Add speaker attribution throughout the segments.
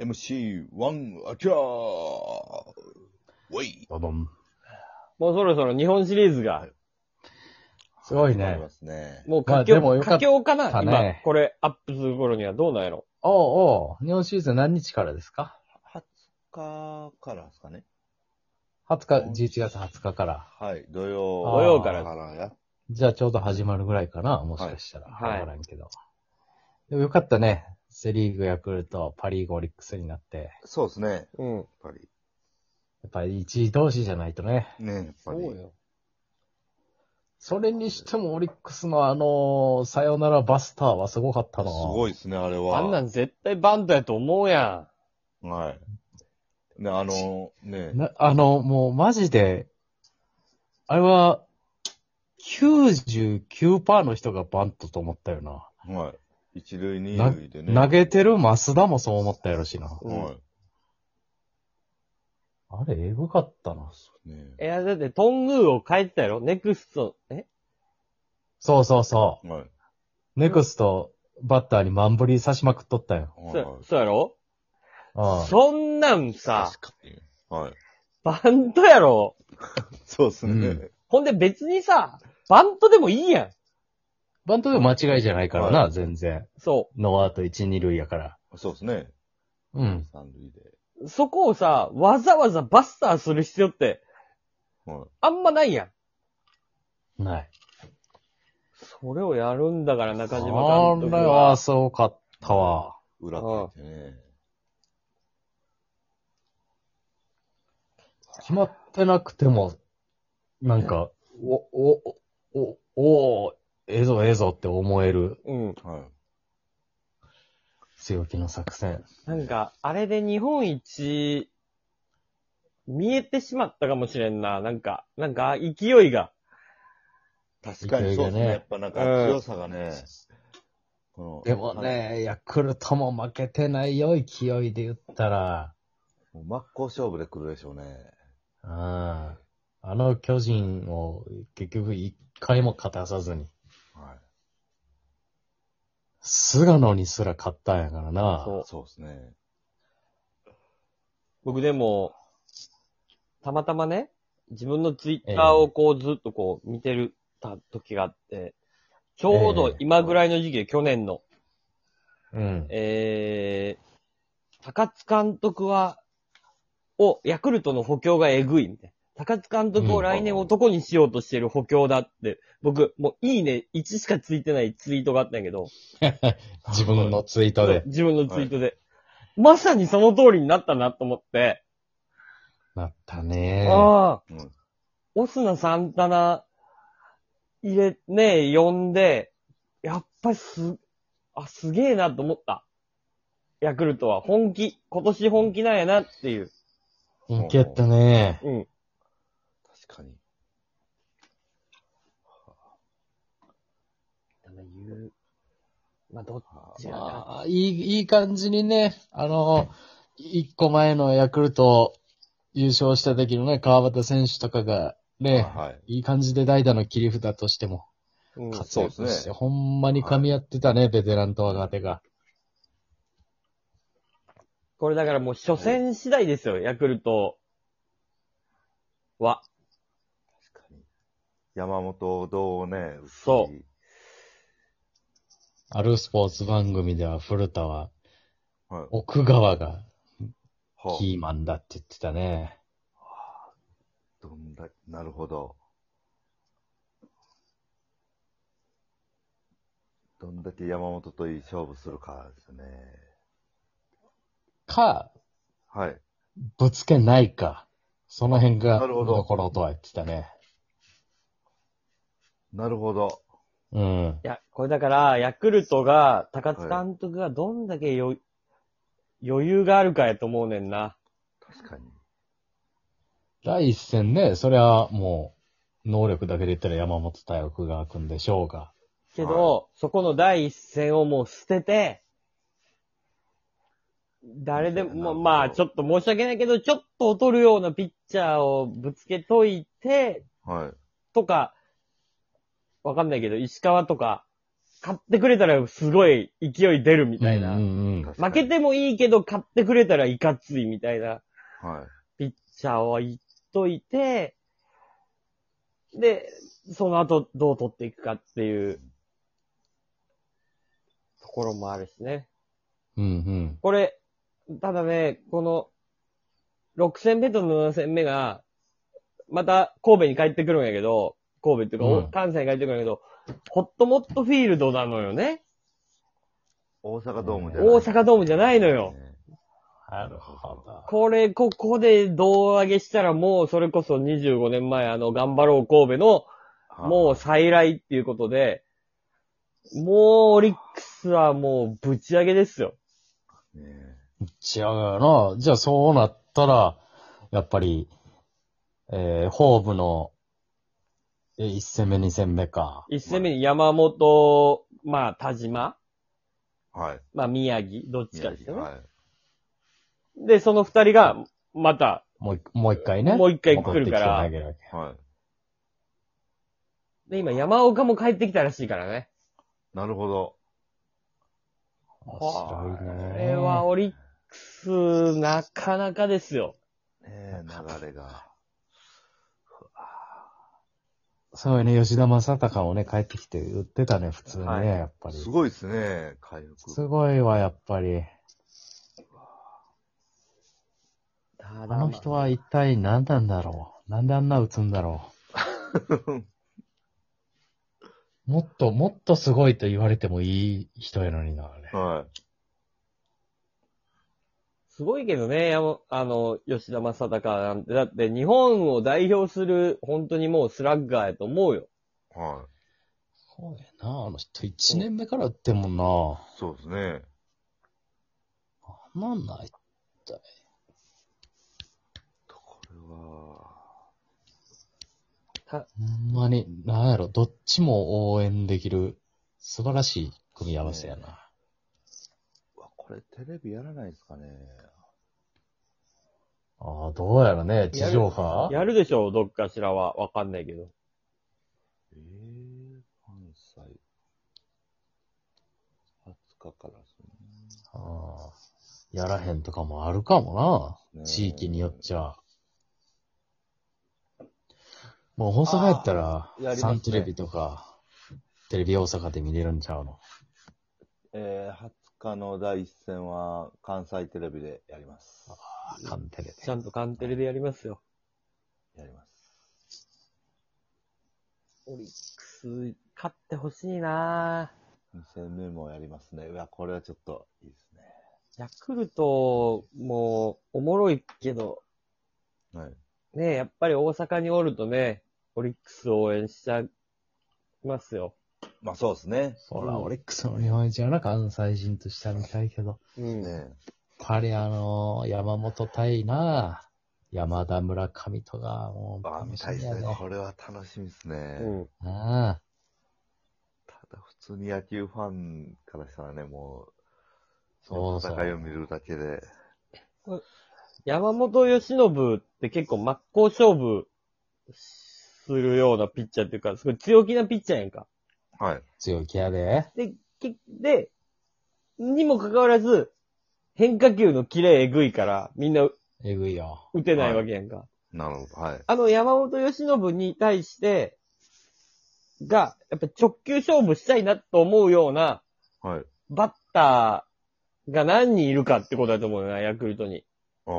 Speaker 1: 4MC1 アキラーウェイ
Speaker 2: ババン。
Speaker 3: もうそろそろ日本シリーズが、
Speaker 2: すご
Speaker 1: あ
Speaker 2: い
Speaker 1: り
Speaker 2: ね
Speaker 1: ま。すね。
Speaker 3: もう
Speaker 2: ま
Speaker 3: 佳
Speaker 2: あで
Speaker 3: 境、
Speaker 2: もよかっ
Speaker 3: 佳
Speaker 2: たね
Speaker 3: 境かな今、これアップする頃にはどうなんやろ
Speaker 2: おうおう、日本シリーズ何日からですか
Speaker 1: 20日からですかね。
Speaker 2: ?20 日、11月20日から。
Speaker 1: はい、土曜。
Speaker 2: 土曜
Speaker 3: から
Speaker 1: やっ
Speaker 2: じゃあちょうど始まるぐらいかなもしかしたら。
Speaker 3: はいはい
Speaker 2: わからんけど。でもよかったね。セリーグ、ヤクルト、パリーグ、オリックスになって。
Speaker 1: そうですね。やっ
Speaker 3: うん。
Speaker 1: ぱり。
Speaker 2: やっぱり1位同士じゃないとね。
Speaker 1: ね、やっぱり。
Speaker 3: よ。
Speaker 2: それにしてもオリックスのあの、さよならバスターはすごかった
Speaker 1: す
Speaker 2: な。
Speaker 1: ごいですね、あれは。
Speaker 3: あんなん絶対バントやと思うや
Speaker 1: はい。ね、あの、ね、
Speaker 2: なあの、もうマジで、あれは、99%の人がバントと思ったよな。
Speaker 1: はい。一塁二塁でね。
Speaker 2: 投げてる増田もそう思ったやろしな。
Speaker 3: うん
Speaker 1: は
Speaker 2: あれ、えぐかったな。
Speaker 1: い。ね
Speaker 3: ん。いや、だってトングーを変えてたやろネクスト、え
Speaker 2: そうそうそ
Speaker 1: はい。は
Speaker 2: う。ネクスト、バッターにマンブリー刺しまくっとったよ。
Speaker 1: い。
Speaker 3: そうそうやろ
Speaker 2: あ
Speaker 3: そんなんさ、
Speaker 1: 確かに。はい。
Speaker 3: バントやろ
Speaker 1: そうですね。
Speaker 2: うん
Speaker 3: ほんで別にさ、バントでもいいやん。
Speaker 2: バントでも間違いじゃないから
Speaker 1: は
Speaker 2: な、全然。
Speaker 3: そ
Speaker 2: ノーアウト1、2塁やから。
Speaker 1: そうですね。
Speaker 2: うん。
Speaker 1: 三塁で。
Speaker 3: う。そこをさ、わざわざバスターする必要って、
Speaker 1: は
Speaker 3: あんまないやん。
Speaker 2: ない。
Speaker 3: それをやるんだから、中島監
Speaker 2: あ
Speaker 3: 督
Speaker 2: れは、すごかったわ。
Speaker 1: い。裏返ってね。
Speaker 2: 決まってなくても、なんか、お、お、お、お、おええぞええぞって思える
Speaker 3: うん。
Speaker 1: は
Speaker 2: 強気の作戦。
Speaker 3: なんか、あれで日本一、見えてしまったかもしれんな。なんか、なんか、勢いが。
Speaker 1: い。確かにそうですね。
Speaker 2: いいね
Speaker 1: やっぱなんか強さがね。この
Speaker 2: でも。ね、ヤクルトも負けてないよ、勢いで言ったら。
Speaker 1: もう真っ向勝負で来るでしょうね。
Speaker 2: あああの巨人を結局一回も勝たさずに、
Speaker 1: はい。
Speaker 2: 菅野にすら勝ったんやからな。
Speaker 3: そう。
Speaker 1: そうですね。
Speaker 3: 僕でも、たまたまね、自分のツイッターをこうずっとこう見てるた時があって、ちょうど今ぐらいの時期で去年の、
Speaker 2: うん。
Speaker 3: えー、高津監督は、を、ヤクルトの補強がえぐい、みたいな。高津監督を来年男にしようとしてる補強だって、僕、もういいね、1しかついてないツイートがあったんやけど、
Speaker 2: 自分のツイートで
Speaker 3: 自分のツイートで、まさにその通りになったなと思って、
Speaker 2: なったね。
Speaker 3: ああ、
Speaker 1: うん
Speaker 3: オスナ・サンタナ、入れ、ねえ、呼んで、やっぱりす、あ、すげえなと思った。ヤクルトは本気、今年本気なんやなっていう。
Speaker 2: いけたね。
Speaker 3: うん。
Speaker 1: 確かに。
Speaker 3: 言う。まあ、どっちがな
Speaker 2: まあ、いい、いい感じにね、あの、一個前のヤクルト優勝した時のね、川端選手とかがね、
Speaker 1: はい。
Speaker 2: いい感じで代打の切り札としても
Speaker 3: うん。
Speaker 2: 活躍して、
Speaker 1: そうですね
Speaker 2: ほんまに噛み合ってたね、ベテランと若手が。
Speaker 3: これだからもう初戦次第ですよ、ヤクルトは。
Speaker 1: 確かに。山本をどうね、。
Speaker 3: そう
Speaker 2: あるスポーツ番組では古田は、
Speaker 1: はい。
Speaker 2: 奥川が
Speaker 1: は
Speaker 2: キーマンだって言ってたね。
Speaker 1: あ、どんだなるほど。どんだけ山本といい勝負するかですね。
Speaker 2: か、
Speaker 1: はい。
Speaker 2: ぶつけないか。その辺が
Speaker 1: な
Speaker 2: 見
Speaker 1: るほど
Speaker 2: どころとは言ってたね。
Speaker 1: なるほど。
Speaker 2: うん。
Speaker 3: いや、これだから、ヤクルトが、高津監督がどんだけ余、余裕があるかやと思うねんな。
Speaker 1: 確かに。
Speaker 2: 第一戦ね、それはもう、能力だけで言ったら山本対奥川君でしょうが。
Speaker 3: けど、そこの第一線をもう捨てて、誰で
Speaker 1: なるほ
Speaker 3: も、
Speaker 1: ど
Speaker 3: まあ、ちょっと申し訳ないけど、ちょっと劣るようなピッチャーをぶつけといて、
Speaker 1: はい。
Speaker 3: とか、わかんないけど、石川とか、買ってくれたらすごい勢い出るみたいな。
Speaker 2: うんうん
Speaker 3: 負けてもいいけど買ってくれたらいかついみたいな
Speaker 1: はい。
Speaker 3: ピッチャーを言っといて、で、その後どう取っていくかっていうところもあるしね。
Speaker 2: うん。うん
Speaker 3: これ、ただね、この、6戦目と7戦目が、また神戸に帰ってくるんやけど、神戸っていうか、
Speaker 2: うん
Speaker 3: 関西に帰ってくるんやけど、ホットモットフィールドなのよね。
Speaker 1: 大阪ドームじゃない。
Speaker 3: 大阪ドームじゃないのよ。
Speaker 1: ね
Speaker 2: なるほど。
Speaker 3: これ、ここで胴上げしたらもう、それこそ25年前、あの、頑張ろう神戸の、
Speaker 1: はい
Speaker 3: もう再来っていうことで、もうオリックスはもうぶち上げですよ。
Speaker 1: ねえ
Speaker 2: 違うよな。じゃあそうなったら、やっぱり、えー、ホームの、えー、1戦目、2戦目か。
Speaker 3: 一戦目に山本、まあ、田島、
Speaker 1: はい。
Speaker 3: まあ、宮城、どっちかですよね。
Speaker 1: はい。
Speaker 3: で、その二人が、また、
Speaker 2: もう一、もう一回ね。
Speaker 3: もう一回来るから
Speaker 2: 戻ってきて投げるわけ
Speaker 1: はい。
Speaker 3: で、今、山岡も帰ってきたらしいからね。
Speaker 1: なるほど。
Speaker 2: 面白いね。
Speaker 3: これは、オリックス、なかなかですよ。
Speaker 1: ねえ、流れが。
Speaker 2: そうよね、吉田正尚をね、帰ってきて売ってたね、普通にね、
Speaker 3: はい
Speaker 2: やっぱり。
Speaker 1: すごいですね、回
Speaker 2: す
Speaker 1: 復。
Speaker 2: ごいわ、やっぱり。あ
Speaker 3: あ
Speaker 2: の人は一体何なんだろう。なんであんな打つんだろ う。もっと、もっとすごいと言われてもいい人やのにな、あれ。
Speaker 1: はい。
Speaker 3: すごいけどね、山あの、吉田正尚なんて、だって日本を代表する、本当にもうスラッガーやと思うよ。
Speaker 1: は
Speaker 2: そうやな、あの人一年目から打ってんもんな。
Speaker 1: い。そうですね。
Speaker 2: あんなんない。
Speaker 1: とこれは、
Speaker 2: ほんまに、なんやろ、どっちも応援できる、素晴らしい組み合わせやな。
Speaker 1: うわ、これテレビやらないですかね。
Speaker 2: ああ、どうやらね、地上波
Speaker 3: やるでしょ、どっかしらは。わかんないけど。
Speaker 1: ええ関西。20日からです
Speaker 2: ああやらへんとかもあるかも
Speaker 1: ね
Speaker 2: な。地域によっちゃ。もう放送入ったら
Speaker 1: あーやりま、すね
Speaker 2: サンテレビとか、テレビ大阪で見れるんちゃうの。
Speaker 1: えー、20日の第一戦は関西テレビでやります。
Speaker 2: あーカンテレで。
Speaker 3: ちゃんとカンテレでやりますよ。
Speaker 1: やります。
Speaker 3: オリックス、勝ってほしいなぁ
Speaker 1: 2戦目もやりますね。うわ、これはちょっといいです
Speaker 3: ヤクルト、もう、おもろいけど、
Speaker 1: ね。はい。
Speaker 3: ね、やっぱり大阪におるとね、オリックスを応援しちゃいますよ。
Speaker 1: まあそうですね。
Speaker 2: ほら、オリックスの日本一はな、関西人としては見たいけど。
Speaker 3: うん。
Speaker 1: ね
Speaker 2: やっぱりあのー山本対な、山田村上とが、もう、
Speaker 1: ああ、見たいですね。これは楽しみですね。
Speaker 3: うん。
Speaker 2: ああ、
Speaker 1: ただ普通に野球ファンからしたらね、もう、
Speaker 2: そうそう
Speaker 1: 戦いを見るだけで。
Speaker 3: 山本由伸って結構真っ向勝負するようなピッチャーっていうか、すごい強気なピッチャーやんか。
Speaker 1: はい。
Speaker 2: 強い気やで。
Speaker 3: で、けで、にもかかわらず、変化球のキレえぐいから、みんな
Speaker 2: えぐいよ。
Speaker 3: 打てないわけやんか。
Speaker 1: なるほど。はい。
Speaker 3: あの山本由伸に対して、が、やっぱ直球勝負したいなと思うような
Speaker 1: はい。
Speaker 3: バッターが何人いるかってことだと思うよな、ヤクルトに。
Speaker 1: ああ。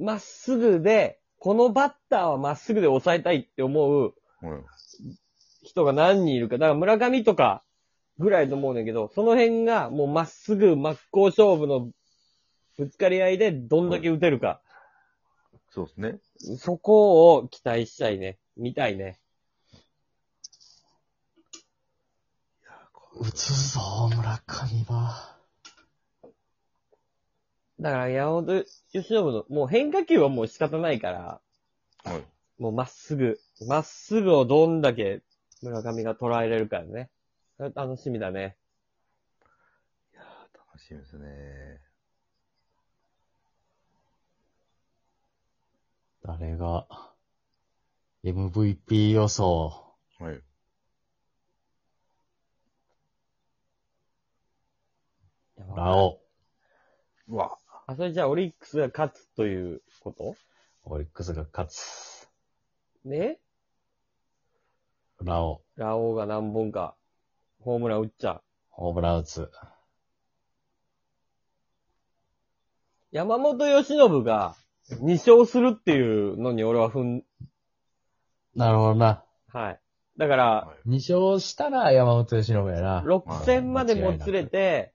Speaker 3: まっすぐで、このバッターはまっすぐで抑えたいって思う
Speaker 1: うん。
Speaker 3: 人が何人いるか。だから村上とかぐらいだと思うねんだけど、その辺がもうまっすぐ真っ向勝負のぶつかり合いでどんだけ打てるか。
Speaker 1: そうですね。
Speaker 3: そこを期待したいね。見たいね。
Speaker 2: 打つぞ、村上は。
Speaker 3: だから山本由伸の、もう変化球はもう仕方ないから、
Speaker 1: はい。
Speaker 3: もうまっすぐ、まっすぐをどんだけ村上が捉えれるかよね。それ楽しみだね。
Speaker 1: 楽しみですね。
Speaker 2: 誰が、MVP 予想、
Speaker 1: はい。
Speaker 3: あ、それじゃあオリックスが勝つということ
Speaker 2: オリックスが勝つ。
Speaker 3: ね
Speaker 2: ラオ、
Speaker 3: ラオウが何本か、ホームラン打っちゃう。
Speaker 2: ホームラン打つ。
Speaker 3: 山本由伸が2勝するっていうのに俺は踏ん、
Speaker 2: なるほどな。
Speaker 3: はい。だから、
Speaker 2: 2勝したら山本由伸やな。
Speaker 3: 6戦までもつれて、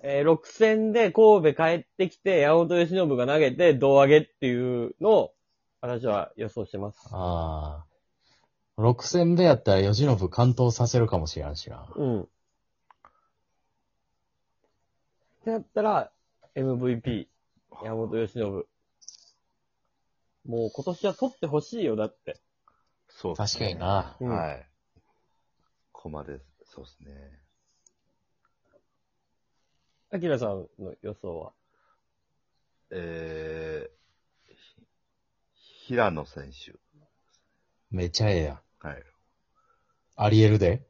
Speaker 3: えー6戦で神戸帰ってきて、山本由伸が投げて、胴上げっていうのを、私は予想してます。
Speaker 2: ああ。6戦目やったら由伸完投させるかもしれんしな。
Speaker 3: うん。ってなったら、MVP、山本由伸。もう今年は取ってほしいよ、だって。
Speaker 1: そうっ
Speaker 2: 確
Speaker 1: す
Speaker 2: か
Speaker 1: ね
Speaker 2: に。な。
Speaker 3: うん
Speaker 1: はい。ここまで、そうですね。
Speaker 3: アキラさんの予想は
Speaker 1: えー、ひ平野選手。
Speaker 2: めっちゃええやん。
Speaker 1: はい。
Speaker 2: ありえるで。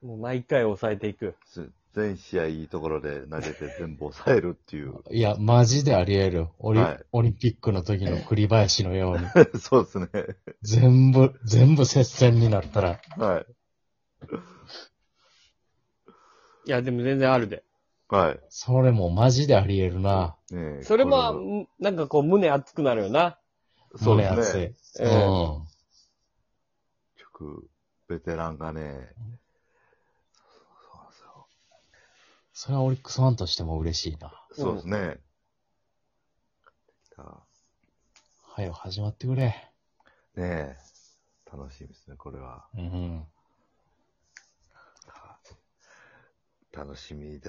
Speaker 3: もう毎回抑えていく。
Speaker 1: す全試合いいところで投げて全部抑えるっていう。
Speaker 2: いや、マジでありえる。オリ、
Speaker 1: はい
Speaker 2: オリンピックの時の栗林のように。
Speaker 1: そうですね。
Speaker 2: 全部、全部接戦になったら。
Speaker 1: はい。
Speaker 3: いや、でも全然あるで。
Speaker 1: はい。
Speaker 2: それもマジでありえるな。
Speaker 1: ねえ
Speaker 3: それ
Speaker 1: こ
Speaker 3: も、んなんかこう胸熱くなるよな。
Speaker 1: そう
Speaker 2: 胸
Speaker 1: ですね
Speaker 2: 熱い。う
Speaker 3: ええ
Speaker 2: ん。
Speaker 1: 結局、ベテランがね、
Speaker 2: それはオリックスファンとしても嬉しいな。
Speaker 1: そうですね。あ
Speaker 2: はよ、始まってくれ。
Speaker 1: ねえ、楽しみですね、これは。
Speaker 2: うん。
Speaker 1: 楽しみです。